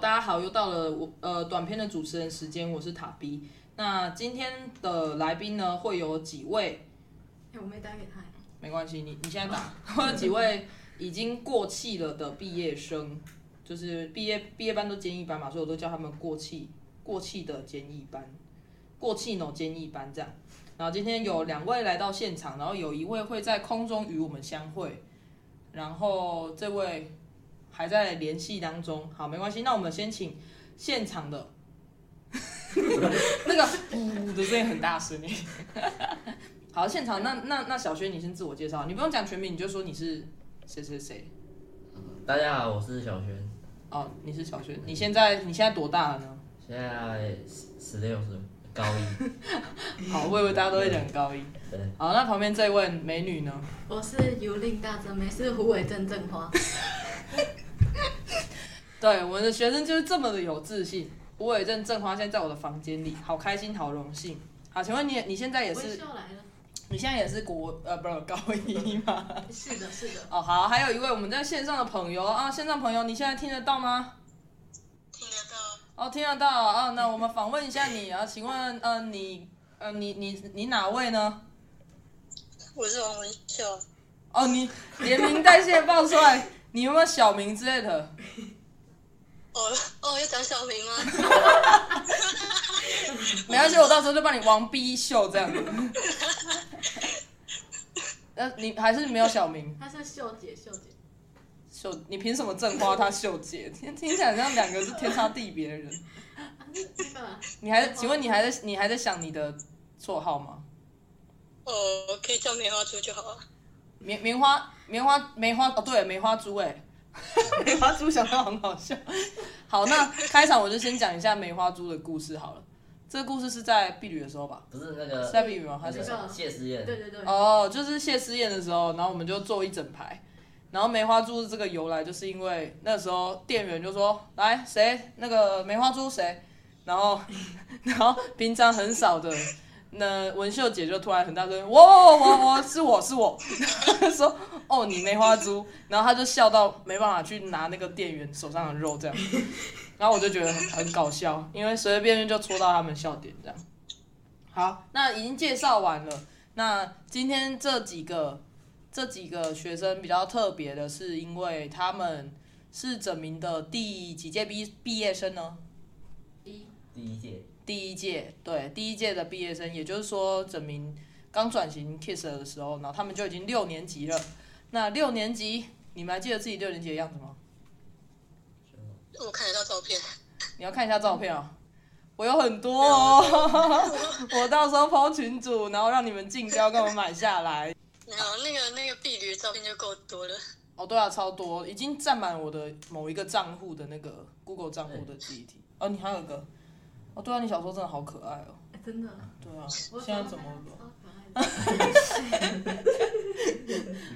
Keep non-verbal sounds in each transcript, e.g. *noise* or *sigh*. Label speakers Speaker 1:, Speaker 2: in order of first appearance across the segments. Speaker 1: 大家好，又到了我呃短片的主持人时间，我是塔 B。那今天的来宾呢，会有几位
Speaker 2: 哎、我没打给他。
Speaker 1: 没关系，你你现在打， *laughs* 或者几位已经过气了的毕业生，就是毕业毕业班都监一班嘛，所以我都叫他们过气过气的监一班，过气 no 监一班这样。然后今天有两位来到现场，然后有一位会在空中与我们相会，然后这位还在联系当中。好，没关系，那我们先请现场的。 *laughs* 那个呜的声音很大声欸耶，好，现场那那那小轩，你先自我介绍，你不用讲全名，你就说你是谁谁谁。
Speaker 3: 大家好，我是小轩，
Speaker 1: 哦，你是小轩，你现在你现在多大了呢？
Speaker 3: 现在十十六岁，高
Speaker 1: *laughs*
Speaker 3: 一。
Speaker 1: 好，我以为大家都会讲高音。
Speaker 3: 对，
Speaker 1: 好，那旁边这位美女呢？
Speaker 2: 我是尤令大真美，是胡伟真正花。
Speaker 1: 对，我的学生就是这么的有自信。吴伟正正花现在在我的房间里，好开心，好荣幸。好，请问你你现在也
Speaker 2: 微
Speaker 1: 是
Speaker 2: 笑来
Speaker 1: *laughs*
Speaker 2: 了。
Speaker 1: 你现在也是国呃不是高一吗？ *laughs*
Speaker 2: 是的，是的。
Speaker 1: 哦，好，还有一位我们在线上的朋友啊，线上朋友，你现在听得到吗？
Speaker 4: 听得到，
Speaker 1: 哦，听得到啊，那我们访问一下你啊，请问呃你呃你你你哪位呢？
Speaker 4: 我是王文秀，
Speaker 1: 哦，你连名带姓报出来，你有没有小名之类的？
Speaker 4: 哦哦，要讲小明吗？
Speaker 1: 没关系，我到时候就帮你王逼秀这样。 *laughs* 呃，你还是没有小名
Speaker 2: 她是秀姐，秀姐。
Speaker 1: 秀，你凭什么正花她秀姐？听听起来像两个是天差地别的人。
Speaker 2: 啊那
Speaker 1: *laughs*
Speaker 2: 那个啊
Speaker 1: 你还请问你还在你还在想你的绰号吗？
Speaker 4: 哦，可以叫棉花猪就好了。
Speaker 1: 棉棉花棉花梅花哦，对，梅花猪哎、 *laughs* 梅花猪想到很好笑。好，那开场我就先讲一下梅花猪的故事好了。这个故事是在避旅的时候吧？
Speaker 3: 不是那
Speaker 1: 是
Speaker 3: 个
Speaker 1: 在避旅吗？还
Speaker 3: 那
Speaker 1: 是
Speaker 2: 那个
Speaker 3: 个谢师宴，
Speaker 2: 对对对。
Speaker 1: 哦，就是谢师宴的时候，然后我们就坐一整排。然后梅花猪这个由来，就是因为那时候店员就说：“来，谁那个梅花猪谁？”然后， *laughs* 然后平常很少的那文秀姐就突然很大声：“我我我我是我是我！” *laughs* 然后说：“哦，你梅花猪。”然后他就笑到没办法去拿那个店员手上的肉这样。然后我就觉得很很搞笑，因为随随便便就戳到他们笑点这样。好，那已经介绍完了。那今天这几个这几个学生比较特别的是，因为他们是整名的第几届毕毕业生呢？
Speaker 2: 一
Speaker 3: 第一届，
Speaker 1: 第一届，对，第一届的毕业生，也就是说整名刚转型 Kiss 的时候，然后他们就已经六年级了。那六年级，你们还记得自己六年级的样子吗？
Speaker 4: 我看得到照片，
Speaker 1: 你要看一下照片哦，我有很多哦， *laughs* 我到时候抛群组，然后让你们竞标，给我们买下来。
Speaker 4: 没有那个那个婢女照片就够多了。
Speaker 1: 哦，对啊，超多，已经占满我的某一个账户的那个 Google 账户的记忆体。哦，你还有一个，哦，对啊，你小时候真的好可爱哦。
Speaker 2: 哎真的。
Speaker 1: 对啊，
Speaker 2: 我
Speaker 1: 现在怎么了？
Speaker 2: 超可
Speaker 1: *laughs*
Speaker 2: 爱的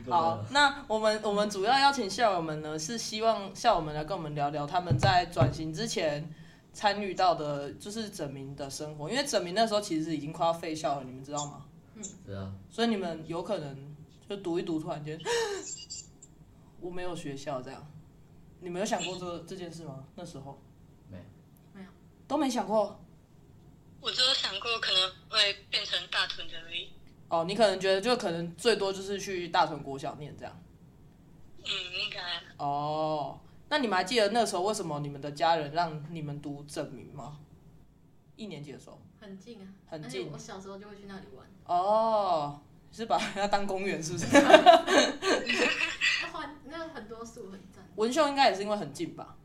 Speaker 1: 好，
Speaker 3: 啊
Speaker 1: 那我们我们主要邀请校友们呢，是希望校友们来跟我们聊聊他们在转型之前参与到的，就是整民的生活，因为整民那时候其实已经快要废校了，你们知道吗？
Speaker 3: 知道
Speaker 1: 所以你们有可能就读一读，突然间 *gasps* 我没有学校这样，你们有想过这这件事吗？那时候
Speaker 3: 没有
Speaker 2: 没有，
Speaker 1: 都没想过。
Speaker 4: 我只有想过可能会变成大屯的而已。
Speaker 1: 哦，你可能觉得就可能最多就是去大屯国小念这样。
Speaker 4: 嗯，应该
Speaker 1: 哦，那你们还记得那时候为什么你们的家人让你们读证明吗？一年级的时候。
Speaker 2: 很近啊。
Speaker 1: 很
Speaker 2: 而且
Speaker 1: 近
Speaker 2: 我小时候就会去那里
Speaker 1: *laughs*
Speaker 2: 玩。
Speaker 1: 哦，是把人家当公园是不是？
Speaker 2: 那换那很多树很赞。
Speaker 1: 文秀应该也是因为很近吧？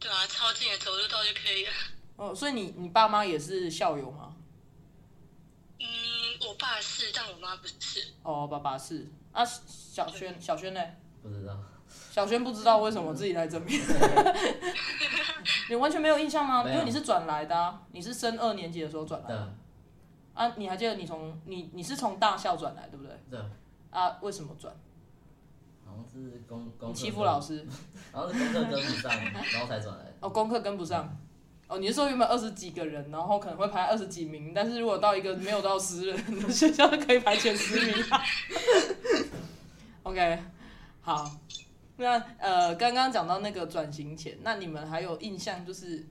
Speaker 4: 对啊，超近的，走路到就可以了。
Speaker 1: 哦，所以你你爸妈也是校友吗？
Speaker 4: 嗯，我爸是，但我妈不是。
Speaker 1: 哦，爸爸是。啊，小轩小轩呢？
Speaker 3: 不知道？
Speaker 1: 小轩不知道为什么自己来这边， *laughs* 你完全没有印象吗？
Speaker 3: 没
Speaker 1: 因
Speaker 3: 有
Speaker 1: 为你是转来的、啊，你是升二年级的时候转来的
Speaker 3: 对
Speaker 1: 啊。你还记得你从你你是从大校转来对不对？
Speaker 3: 对，
Speaker 1: 啊，为什么转？
Speaker 3: 好像是功功
Speaker 1: 你
Speaker 3: 课
Speaker 1: 欺负老师
Speaker 3: 好像是功课跟不上，然后才转来。
Speaker 1: 哦，功课跟不上哦。你是说原本二十几个人，然后可能会排二十几名，但是如果到一个没有到十人的学校，就可以排前十名。OK，好，那呃，刚刚讲到那个转型前，那你们还有印象就是，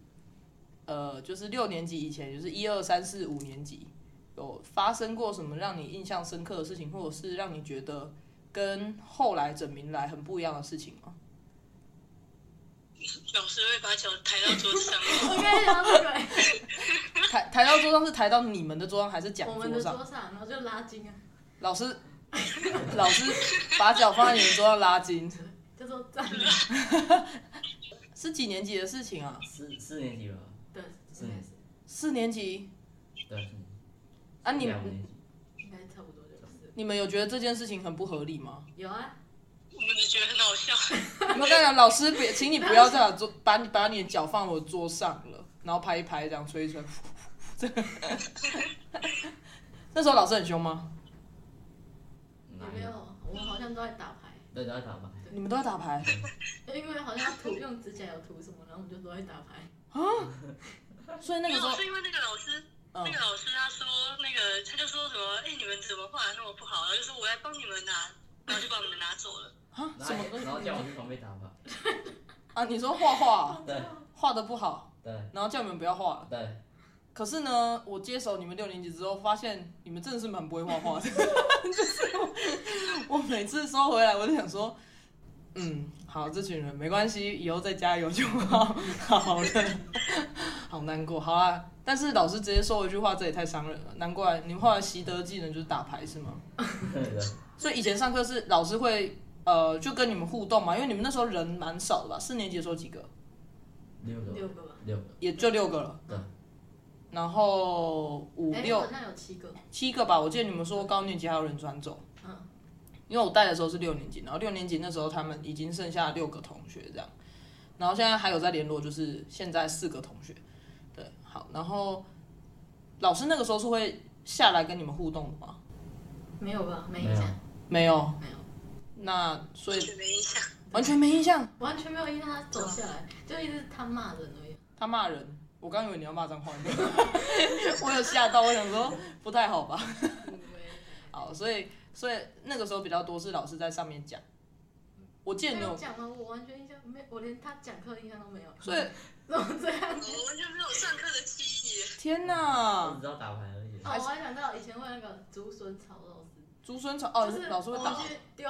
Speaker 1: 呃，就是六年级以前，就是一二三四五年级，有发生过什么让你印象深刻的事情，或者是让你觉得跟后来整明来很不一样的事情吗？
Speaker 4: 老师会把脚抬到桌子上面，
Speaker 2: 我刚才讲到这
Speaker 1: 抬抬到桌上是抬到你们的桌上还是讲
Speaker 2: 个，我们
Speaker 1: *laughs* 桌
Speaker 2: 的
Speaker 1: 上？
Speaker 2: 桌上，然后就拉筋啊，
Speaker 1: 老师， *laughs* 老师把脚放在你们桌上拉筋，
Speaker 2: 叫做
Speaker 1: *laughs*
Speaker 2: 站立
Speaker 1: 是几年级的事情啊？
Speaker 3: 四四年级吧，
Speaker 1: 嗯
Speaker 2: 的，应该是
Speaker 1: 四年级
Speaker 3: 对，四
Speaker 1: 啊你？
Speaker 3: 两年级，
Speaker 2: 应该差不多就是。
Speaker 1: 你们有觉得这件事情很不合理吗？
Speaker 2: 有啊，
Speaker 4: 我们只觉得很好笑。
Speaker 1: 我们刚讲老师别，请你不要再把桌把你把你的脚放我桌上了，然后拍一拍，这样吹一吹。这样 *laughs* 那时候老师很凶吗？
Speaker 2: 有
Speaker 3: 哪
Speaker 1: 啊
Speaker 2: 没有？？我们好像都在打牌，
Speaker 3: 对，都在打牌。
Speaker 1: 你们都在打牌，
Speaker 2: 因为好像涂用指甲有涂什么，然后我们就都在打牌。
Speaker 1: 啊所以那
Speaker 4: 没
Speaker 1: 个时
Speaker 4: 有，
Speaker 1: 候，
Speaker 4: 是因为那个老师，那
Speaker 1: 嗯
Speaker 4: 个老师他说那个他就说什么，哎，你们怎么画的那么不好？然后就说我来帮你们拿，然后就把我们拿走了。
Speaker 1: 啊
Speaker 3: 然
Speaker 1: 什么
Speaker 3: 后然后叫我去旁边打牌。
Speaker 1: 啊？你说画画啊
Speaker 3: 对
Speaker 1: 画的不好，
Speaker 3: 对
Speaker 1: 然后叫你们不要画了。
Speaker 3: 对，
Speaker 1: 可是呢，我接手你们六年级之后，发现你们真的是蛮不会画画的。 *laughs* 就是我我每次收回来，我就想说，嗯，好，这群人没关系，以后再加油就好。 *laughs* 好了，好难过，好啦。但是老师直接收回去话，这也太伤人了。难怪你们后来习得技能就是打牌是吗？
Speaker 3: 对的，
Speaker 1: 所以以前上课是老师会呃就跟你们互动嘛，因为你们那时候人蛮少的吧？啊四年级的时候几个？
Speaker 3: 六个
Speaker 2: 六个吧，
Speaker 3: 六个，
Speaker 1: 也就六个了。
Speaker 3: 对。
Speaker 1: 然后五
Speaker 2: 哎
Speaker 1: 六
Speaker 2: 好像有七个，
Speaker 1: 七个吧，我记得你们说高年级还有人转走，
Speaker 2: 嗯，
Speaker 1: 因为我带的时候是六年级，然后六年级那时候他们已经剩下六个同学这样，然后现在还有在联络，就是现在四个同学，对，好，然后老师那个时候是会下来跟你们互动的吗？
Speaker 2: 没有吧？没
Speaker 3: 没
Speaker 2: 印
Speaker 3: 有
Speaker 2: 象，
Speaker 1: 没有，
Speaker 2: 没有，
Speaker 1: 那所
Speaker 4: 完
Speaker 1: 以
Speaker 4: 全没印象，
Speaker 1: 完全没印象，
Speaker 2: 完全没有印象他走下来，就一直他骂人而已。
Speaker 1: 他骂人。我刚以为你要骂脏话，我有吓到，我想说不太好吧。好，所以所以那个时候比较多是老师在上面讲，我记得
Speaker 2: 没
Speaker 1: 你
Speaker 2: 有
Speaker 1: 有，
Speaker 2: 讲吗？我完全印象没，我连他讲课的印象都没有。
Speaker 1: 所以
Speaker 2: 怎么这样？
Speaker 4: 我完全没有上课的记忆耶。
Speaker 1: 天
Speaker 3: 我
Speaker 1: 哪
Speaker 3: 只，知道打牌而已。
Speaker 2: 哦，我还想到以前会那个竹笋炒肉丝，
Speaker 1: 竹笋炒哦，
Speaker 2: 就是
Speaker 1: 老师会
Speaker 2: 我
Speaker 1: 打
Speaker 2: 们，去丢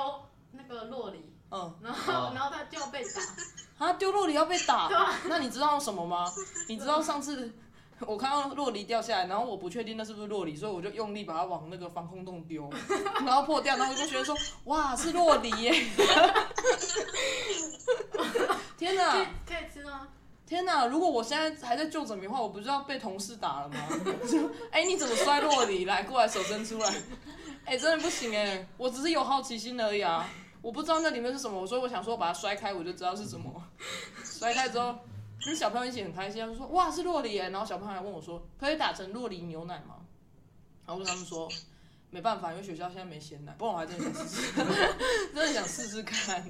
Speaker 2: 那个洛梨，
Speaker 1: 嗯，
Speaker 2: 然后
Speaker 3: 哦
Speaker 2: 然后他就要
Speaker 1: *laughs*
Speaker 2: 被打，
Speaker 1: 啊，丢洛梨要被打
Speaker 2: *laughs* 对啊，
Speaker 1: 那你知道什么吗？你知道上次 *laughs* 我看到洛梨掉下来，然后我不确定那是不是洛梨，所以我就用力把它往那个防空洞
Speaker 2: *laughs*
Speaker 1: 丢，然后破掉，然后我就觉得说，哇，是洛梨耶！ *laughs* 天
Speaker 2: 可以
Speaker 1: 哪，
Speaker 2: 可以吃吗？
Speaker 1: 天哪！如果我现在还在就诊的话，我不是要被同事打了吗？ *laughs* 就哎、你怎么摔洛梨？来，过来，手伸出来。哎、真的不行哎、我只是有好奇心而已啊，我不知道那里面是什么，所以我想说把它摔开，我就知道是什么。摔开之后，跟小朋友一起很开心，他们说哇是洛梨耶，然后小朋友还问我说可以打成洛梨牛奶吗？然后我跟他们说没办法，因为学校现在没鲜奶，不然我还真的想试 *laughs* 试，真的想试试看。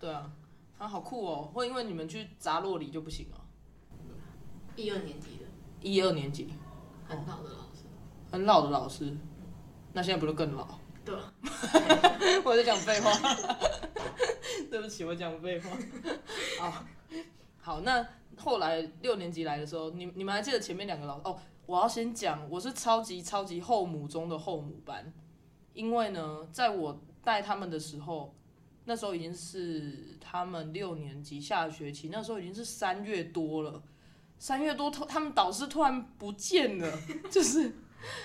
Speaker 1: 对啊，啊好酷哦，会因为你们去砸洛梨就不行了。
Speaker 2: 一二年级的，
Speaker 1: 一二年级，
Speaker 2: 很老的老师，
Speaker 1: 很老的老师，那现在不是更老？
Speaker 2: 对吧？
Speaker 1: *laughs* 我在讲废话， *laughs* 对不起，我讲废话。 *laughs* 好，好，那后来六年级来的时候，你你们还记得前面两个老师哦？我要先讲，我是超级超级后母中的后母班，因为呢，在我带他们的时候，那时候已经是他们六年级下学期，那时候已经是三月多了。三月多，突他们导师突然不见了， *laughs* 就是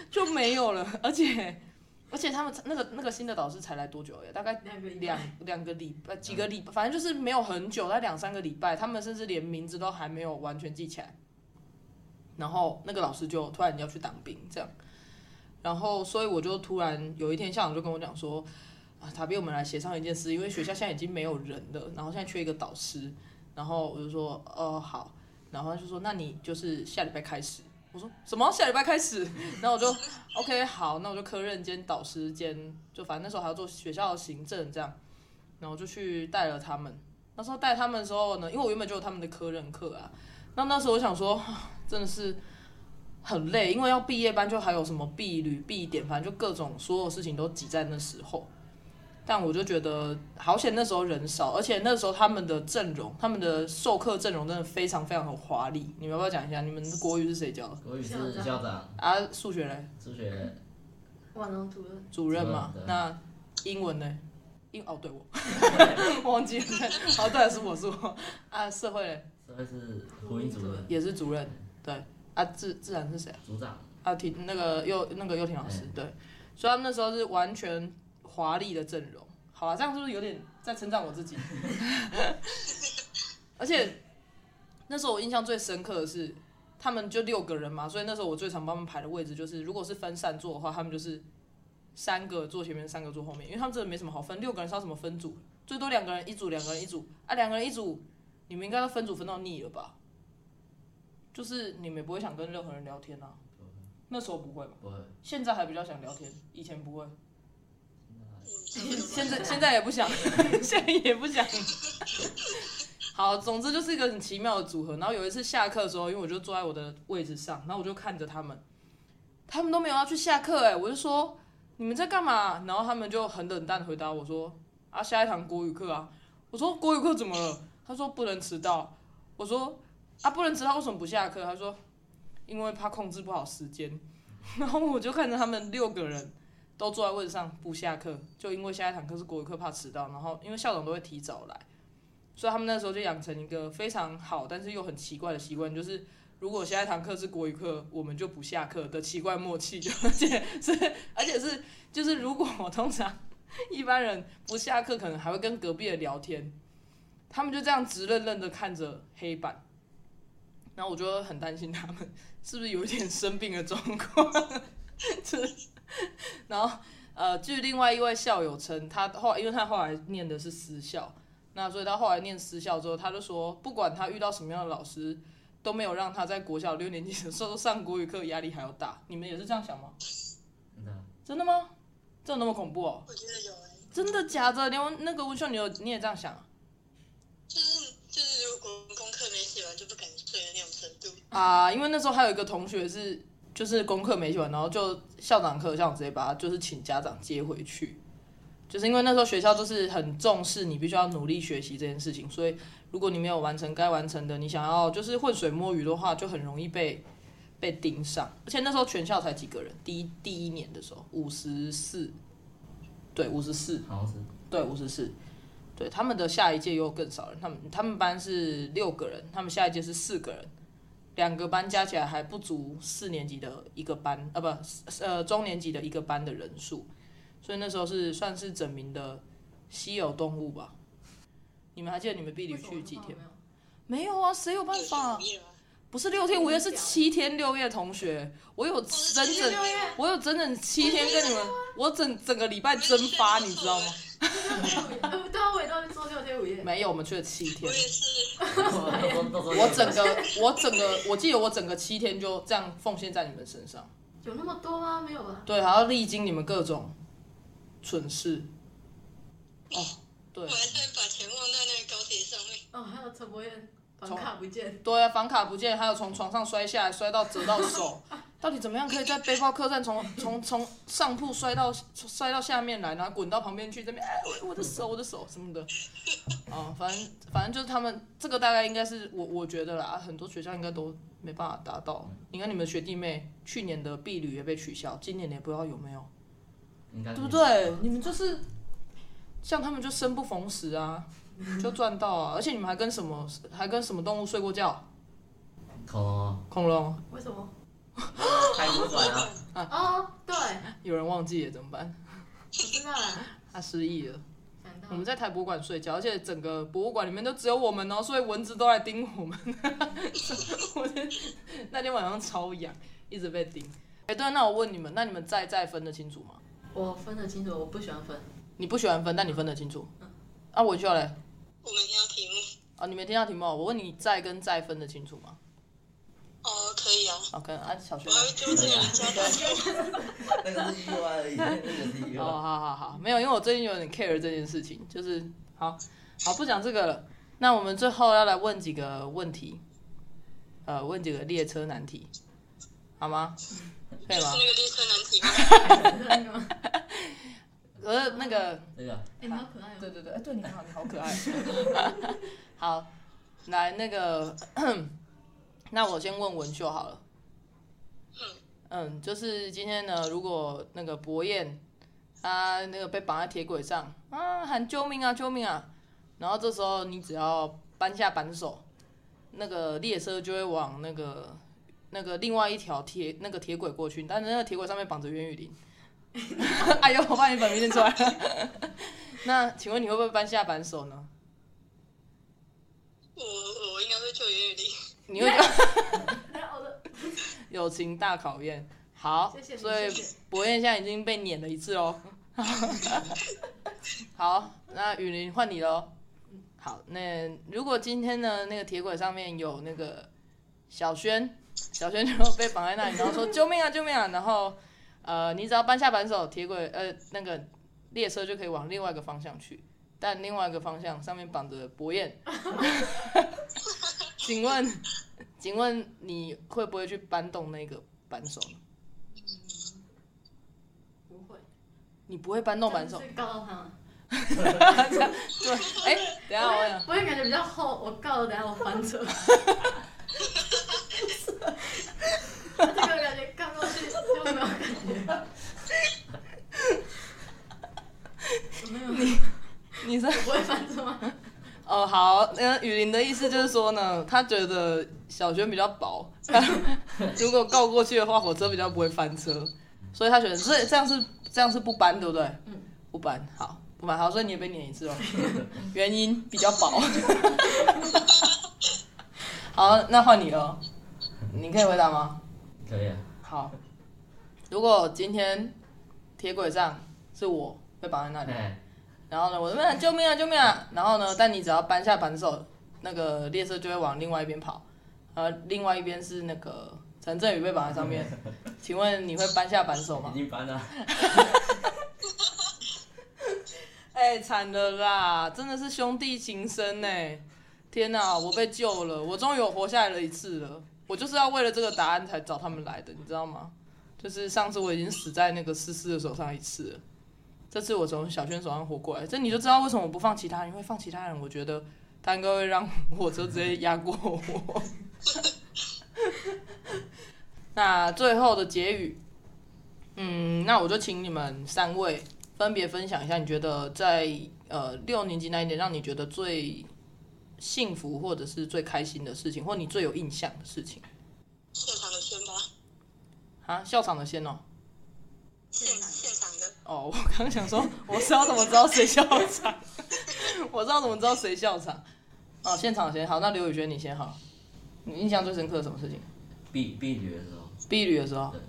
Speaker 1: 就没有了，而且而且他们那个那个新的导师才来多久而已？大概
Speaker 2: 两个礼
Speaker 1: 两
Speaker 2: 拜，
Speaker 1: 两个礼拜，几个礼拜，反正就是没有很久，在两三个礼拜，他们甚至连名字都还没有完全记起来。然后那个老师就突然要去当兵，这样，然后所以我就突然有一天校长就跟我讲说，啊，塔比，我们来协商一件事，因为学校现在已经没有人了，然后现在缺一个导师，然后我就说，哦，好，然后他就说，那你就是下礼拜开始。我说什么？下礼拜开始？ *laughs* 然后我就 OK，好，那我就科任兼导师兼，就反正那时候还要做学校的行政这样。然后就去带了他们。那时候带他们的时候呢，因为我原本就有他们的科任课啊，那那时候我想说， *sighs* 啊真的是很累，因为要毕业班就还有什么毕旅、毕点，反正就各种所有事情都挤在那时候。但我就觉得好险那时候人少，而且那时候他们的阵容，他们的授课阵容真的非常非常的华丽。你们要不要讲一下你们的国语是谁教的？
Speaker 3: 国语是校长，
Speaker 1: 啊，数学嘞，
Speaker 3: 数学
Speaker 2: 万能主任，
Speaker 1: 主任嘛
Speaker 3: 主任对。啊
Speaker 1: 那英文嘞，英哦，对我 *laughs* 忘记了。哦，对，是我是我啊，社会嘞
Speaker 3: 社会是福音主任，
Speaker 1: 也是主任，对啊，自自然是谁啊？
Speaker 3: 组长，
Speaker 1: 啊，体那个幼那个幼婷老师，对，所以他们那时候是完全华丽的阵容。好啊，这样是不是有点在称赞我自己？ *laughs* 而且那时候我印象最深刻的是，他们就六个人嘛，所以那时候我最常帮他们排的位置就是，如果是分散坐的话，他们就是三个坐前面，三个坐后面，因为他们真的没什么好分，六个人是要怎么分组？最多两个人一组，两个人一组啊，两个人一组，你们应该都分组分到腻了吧？就是你们也不会想跟任何人聊天啊。那时候不会嘛，
Speaker 3: 不会，
Speaker 1: 现在还比较想聊天，以前不会，
Speaker 4: 嗯，
Speaker 1: 现在现在也不想， *laughs* 现在也不想。 *laughs* 好，总之就是一个很奇妙的组合。然后有一次下课的时候，因为我就坐在我的位置上，然后我就看着他们，他们都没有要去下课，哎，我就说你们在干嘛？然后他们就很冷淡的回答我说啊，下一堂国语课啊。我说国语课怎么了？他说不能迟到。我说啊，不能迟到为什么不下课？他说因为怕控制不好时间。 *laughs* 然后我就看着他们六个人都坐在位置上不下课，就因为下一堂课是国语课，怕迟到。然后因为校长都会提早来，所以他们那时候就养成一个非常好，但是又很奇怪的习惯，就是如果下一堂课是国语课，我们就不下课的奇怪默契， *laughs* 而且是而且是就是如果我通常一般人不下课，可能还会跟隔壁的聊天，他们就这样直愣愣的看着黑板。然后我就很担心他们是不是有一点生病的状况，就是，然后呃，据另外一位校友称，他后来因为他后来念的是私校，那所以他后来念私校之后，他就说，不管他遇到什么样的老师，都没有让他在国小六年级的时候上国语课压力还要大。你们也是这样想吗？
Speaker 3: 那
Speaker 1: 真的吗？真的那么恐怖哦？
Speaker 4: 我觉得有哎、
Speaker 1: 真的假的？连文那个文秀，你有你也这样想啊？
Speaker 4: 就是就是如果功课没写完就不敢睡的那种程度，
Speaker 1: 啊，因为那时候还有一个同学是，就是功课没写完，然后就校长课，校长直接把他就是请家长接回去，就是因为那时候学校就是很重视你必须要努力学习这件事情，所以如果你没有完成该完成的，你想要就是浑水摸鱼的话，就很容易被被盯上。而且那时候全校才几个人，第一第一年的时候五十四，对五十四，
Speaker 3: 好像是
Speaker 1: 对，五十四。对，他们的下一届又更少人，他们他们班是六个人，他们下一届是四个人，两个班加起来还不足四年级的一个班，呃不，呃中年级的一个班的人数，所以那时候是算是整名的稀有动物吧。你们还记得你们避旅去几天吗？
Speaker 2: 吗？
Speaker 1: 没有啊，谁有办法
Speaker 4: 六天五？夜吗
Speaker 1: 不是六天五夜，是七天六夜。同学，我有整
Speaker 4: 七
Speaker 2: 七
Speaker 4: 天
Speaker 2: 天
Speaker 1: 整
Speaker 4: 六
Speaker 2: 六
Speaker 4: 夜
Speaker 2: 月，
Speaker 1: 我有整整七天跟你们，我整整个礼拜蒸发，你知道吗？
Speaker 2: 呃，对啊， *laughs* 我也都说六天五夜，
Speaker 1: 没有，我们去了七天
Speaker 4: 我。也是，
Speaker 3: 我我
Speaker 1: *laughs* 我整个，我整个，我记得我整个七天就这样奉献在你们身上，
Speaker 2: 有那么多吗？没有吧？
Speaker 1: 对，还要历经你们各种蠢事。哦，对
Speaker 4: 我，还差点把钱忘在那个高铁上面，
Speaker 2: 哦，还有陈柏彦房卡不见，
Speaker 1: 对啊，房卡不见，还有从床上摔下来，摔到折到手，到底怎么样可以在背包客栈从从从上铺摔到摔到下面来，然后滚到旁边去，这边哎，我我的手，我的手什么的。哦，反正反正就是他们这个大概应该是我我觉得啦，很多学校应该都没办法达到。你看你们学弟妹去年的毕旅也被取消，今年也不知道有没有。
Speaker 3: 应该
Speaker 1: 对不？对？你们就是像他们就生不逢时啊，就赚到啊！而且你们还跟什么还跟什么动物睡过觉？
Speaker 3: 恐龙
Speaker 1: 恐龙？
Speaker 2: 为什么？
Speaker 3: 开不出来啊！
Speaker 2: 哦，对，
Speaker 1: 有人忘记了怎么办？
Speaker 2: 我知道了，
Speaker 1: 他失忆了。
Speaker 2: 想到
Speaker 1: 我们在台博物馆睡觉，而且整个博物馆里面都只有我们哦，所以蚊子都来叮我们。 *laughs* 我的那天晚上超痒，一直被叮。哎、对，那我问你们，那你们在在分得清楚吗？
Speaker 2: 我分得清楚，我不喜
Speaker 1: *laughs*
Speaker 2: 欢分，
Speaker 1: 你不喜欢分，但你分得清楚。啊，我就嘞。
Speaker 4: 我们要题目。
Speaker 1: 啊，你没听到题目哦？我问你在跟在分得清楚吗？
Speaker 4: 哦，可以啊，
Speaker 1: 好，跟啊小学
Speaker 4: 我。还会纠正人家的。
Speaker 3: 那个是意外而已，那个是意
Speaker 1: *laughs* 哦，
Speaker 3: 外。
Speaker 1: 好好好，没有，因为我最近有点 care 这件事情，就是好好不讲这个了。那我们最后要来问几个问题，呃，问几个列车难题，好吗？可以
Speaker 4: 就
Speaker 1: 吗
Speaker 2: 哎
Speaker 4: 是？那个列车难题吗？
Speaker 2: 真的吗
Speaker 1: 可是呃那个，
Speaker 3: 那个
Speaker 2: 哎，蛮可
Speaker 1: 嗯
Speaker 2: 爱
Speaker 5: 对
Speaker 2: 的。
Speaker 5: 对对，哎，对你好，你好可爱。
Speaker 1: *laughs* 好，来那个， *clears throat* 那我先问文秀好了。
Speaker 4: 嗯
Speaker 1: 嗯，就是今天呢，如果那个博彦他那个被绑在铁轨上啊，喊救命啊，救命啊！然后这时候你只要扳下扳手，那个列车就会往那个那个另外一条铁那个铁轨过去，但是那个铁轨上面绑着袁雨林。 *laughs* 哎呦，我把你本名念出来了。 *laughs* 那请问你会不会扳下扳手呢？
Speaker 4: 我我应该会救袁雨莉。
Speaker 1: 你会
Speaker 2: *laughs* 然后我的
Speaker 1: 友情大考验。好，
Speaker 2: 谢谢你
Speaker 1: 所以
Speaker 2: 谢谢
Speaker 1: 博彦现在已经被撵了一次哦。 *laughs* 好，那雨林换你喽。好，那如果今天呢，那个铁轨上面有那个小轩，小轩就被绑在那里，然后说救命啊救命啊，然后呃，你只要扳下扳手，铁轨呃那个列车就可以往另外一个方向去，但另外一个方向上面绑着博彦。 *laughs* 请问，请问你会不会去搬动那个扳手呢？
Speaker 2: 不会，
Speaker 1: 你不会搬动扳手？
Speaker 2: 就是告到他。
Speaker 1: 对，哎、等一下我想，
Speaker 2: 我也感觉比较厚，我告了，等下我
Speaker 1: *laughs*
Speaker 2: 翻车。这个感觉刚过去就没有感觉。
Speaker 1: *laughs*
Speaker 2: 我没有，你
Speaker 1: 你是
Speaker 2: 不会翻车吗？
Speaker 1: 哦好，那雨林的意思就是说呢，他觉得小轩比较薄， *laughs* 如果告过去的话，火车比较不会翻车，所以他选择这这样是这样是不搬，对不对？
Speaker 2: 嗯，
Speaker 1: 不搬，好，不搬，好，所以你也被撵一次 *laughs* 哦，原因比较薄。 *laughs* 好，那换你了，你可以回答吗？
Speaker 3: 可以啊，
Speaker 1: 好，如果今天铁轨上是我被绑在那里，
Speaker 3: 哎，
Speaker 1: 然后呢，我这边喊救命啊救命啊，然后呢，但你只要扳下扳手，那个列车就会往另外一边跑，而另外一边是那个陈振宇被绑在上面，请问你会扳下扳手吗
Speaker 3: 已？经搬了，
Speaker 1: *laughs* 哎、惨了啦，真的是兄弟情深呢、天哪、我被救了，我终于有活下来了一次了。我就是要为了这个答案才找他们来的，你知道吗？就是上次我已经死在那个思思的手上一次了，这次我从小轩手上活过来，这你就知道为什么我不放其他人，因为放其他人，我觉得他应该会让火车直接压过我。 *laughs* 那最后的结语，嗯，那我就请你们三位分别分享一下，你觉得在呃六年级那一年，让你觉得最幸福或者是最开心的事情，或你最有印象的事情
Speaker 4: 现场的宣吧，
Speaker 1: 啊？校场的先哦，
Speaker 4: 现现场的
Speaker 1: 哦，我刚刚想说，我知道怎么知道谁校场， *laughs* 我知道怎么知道谁校场。哦，现场先好，那刘宇轩你先好，你印象最深刻的什么事情？
Speaker 3: 避避旅的时候，
Speaker 1: 避旅的时候
Speaker 3: 对，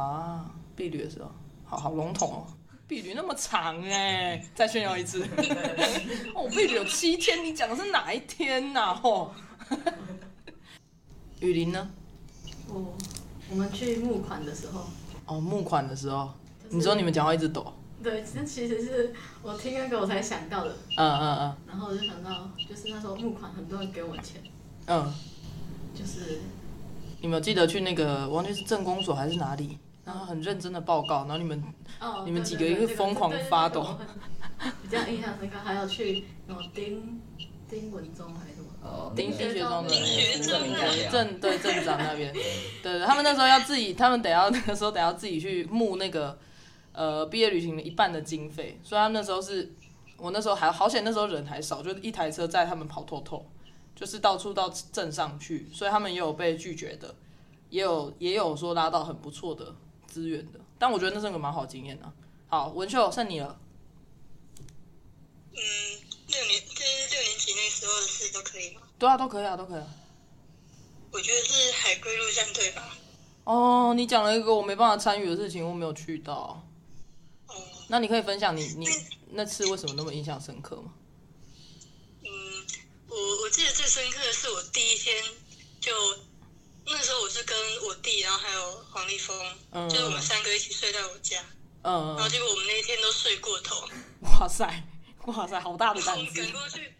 Speaker 1: 啊，避旅的时候，好好笼统哦。避旅那么长哎、再炫耀一次。 *laughs* 哦，避旅有七天，你讲的是哪一天呐、哦，雨林呢？
Speaker 2: 我我们去募款的时候，
Speaker 1: 哦，募款的时候，
Speaker 2: 就是
Speaker 1: 你说你们讲话一直抖。
Speaker 2: 对，那其实是我听那个我才想到的，
Speaker 1: 嗯嗯
Speaker 2: 然后我就想到，就是那时候募款很多人给我钱，
Speaker 1: 嗯嗯，
Speaker 2: 就是
Speaker 1: 你们有记得去那个，忘记是政工所还是哪里，然后很认真的报告，然后你们
Speaker 2: 哦，
Speaker 1: 你们
Speaker 2: 对
Speaker 1: 几
Speaker 2: 对
Speaker 1: 个
Speaker 2: 对
Speaker 1: 一个
Speaker 2: 这
Speaker 1: 疯狂
Speaker 2: 对对对
Speaker 1: 发
Speaker 2: 这个
Speaker 1: 抖
Speaker 2: 我很比较印象深刻，还有去什么丁丁文忠还是什么？
Speaker 3: 哦，
Speaker 1: 丁丁学中的
Speaker 2: 丁
Speaker 4: 学中的
Speaker 1: 正对镇长那边，对对，他们那时候要自己，他们得要那个时候得要自己去募那个呃毕业旅行的一半的经费，所以他们那时候是我那时候还好险，那时候人还少，就是一台车载他们跑透透，就是到处到镇上去，所以他们也有被拒绝的，也有也有说拉到很不错的资源的，但我觉得那是个蛮好经验的、啊好，文秀剩你了，
Speaker 4: 嗯，六年就是六年级那时候的事都可以吗？
Speaker 1: 对啊，都可以啊，都可以啊。
Speaker 4: 我觉得是海龟陆战队吧。
Speaker 1: 哦，你讲了一个我没办法参与的事情，我没有去到。
Speaker 4: 哦，
Speaker 1: 那你可以分享你你那次为什么那么印象深刻吗？
Speaker 4: 嗯，我我记得最深刻的是我第一天就那时候我是跟我弟，然后还有黄立峰，
Speaker 1: 嗯
Speaker 4: 就是我们三个一起睡在我家，
Speaker 1: 嗯
Speaker 4: 然后，结果我们那一天都睡过头，
Speaker 1: 哇塞，哇塞，好大的
Speaker 4: 然后
Speaker 1: 胆
Speaker 4: 我们
Speaker 1: 子
Speaker 4: 赶！过去，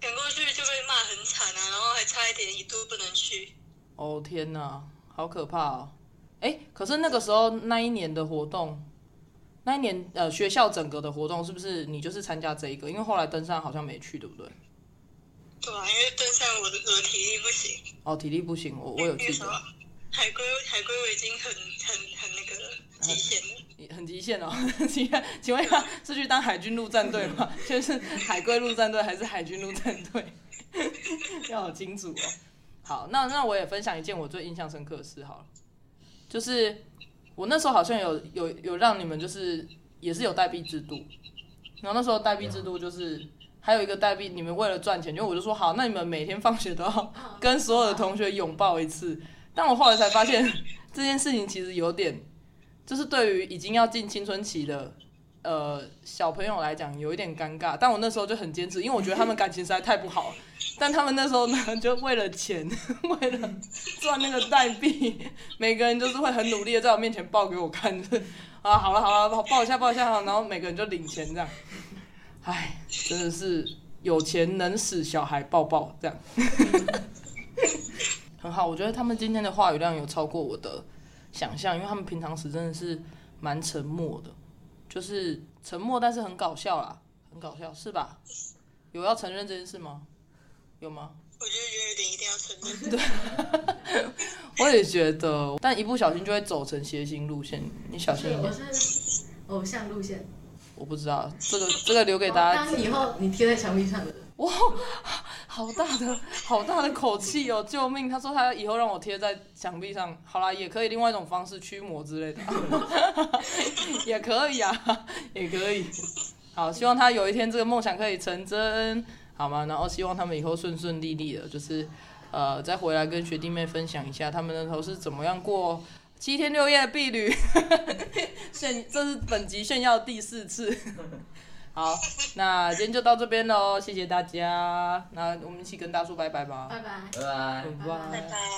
Speaker 4: 赶过去就被骂很惨啊，然后还差一点一度不能去。
Speaker 1: 哦天哪，好可怕哦！哎，可是那个时候那一年的活动，那一年呃学校整个的活动是不是你就是参加这一个？因为后来登山好像没去，对不对？
Speaker 4: 对啊，因为登山我的我的体力不行，
Speaker 1: 哦，体力不行，我我有
Speaker 4: 那
Speaker 1: 记
Speaker 4: 时候
Speaker 1: 得，
Speaker 4: 海龟海龟我已经很很很那个了极限了。
Speaker 1: 你很极限哦。 *laughs* 请问请问一下，是去当海军陆战队吗？ *laughs* 就是海龟陆战队还是海军陆战队？ *laughs* 要好清楚哦。好，那那我也分享一件我最印象深刻的事好了，就是我那时候好像有有有让你们就是也是有代币制度，然后那时候代币制度就是还有一个代币，你们为了赚钱，就我就说好，那你们每天放学都要 *laughs* 跟所有的同学拥抱一次。但我后来才发现这件事情其实有点，就是对于已经要进青春期的呃小朋友来讲有一点尴尬。但我那时候就很坚持，因为我觉得他们感情实在太不好了。但他们那时候呢， *laughs* 就为了钱，为了赚那个代币，每个人就是会很努力的在我面前报给我看， *laughs* 就是啊，好了好了，报一下报一下，好然后每个人就领钱这样。唉，真的是有钱能使小孩抱抱这样， *laughs* 很好。我觉得他们今天的话语量有超过我的想象，因为他们平常时真的是蛮沉默的，就是沉默，但是很搞笑啦，很搞笑是吧？有要承认这件事吗？有吗？
Speaker 4: 我觉得有点一定要承认，
Speaker 1: *laughs* 我也觉得，但一不小心就会走成谐星路线，你小心一
Speaker 2: 我
Speaker 1: 点。
Speaker 2: 是偶像路线，
Speaker 1: 我不知道这个这个留给大家
Speaker 2: 当以后你贴在墙壁上的人，
Speaker 1: 哇，好大的 *laughs* 好大的口气哦！救命！他说他以后让我贴在墙壁上，好啦，也可以另外一种方式驱魔之类的， *laughs* 也可以啊，也可以。好，希望他有一天这个梦想可以成真，好吗？然后希望他们以后顺顺利利的，就是呃，再回来跟学弟妹分享一下他们那头是怎么样过七天六夜的避旅。 *laughs* 炫，这是本集炫耀第四次。好，那今天就到这边喽，谢谢大家。那我们一起跟大叔拜拜吧，
Speaker 2: 拜拜。
Speaker 3: 拜拜。
Speaker 1: 拜
Speaker 2: 拜
Speaker 4: 拜拜。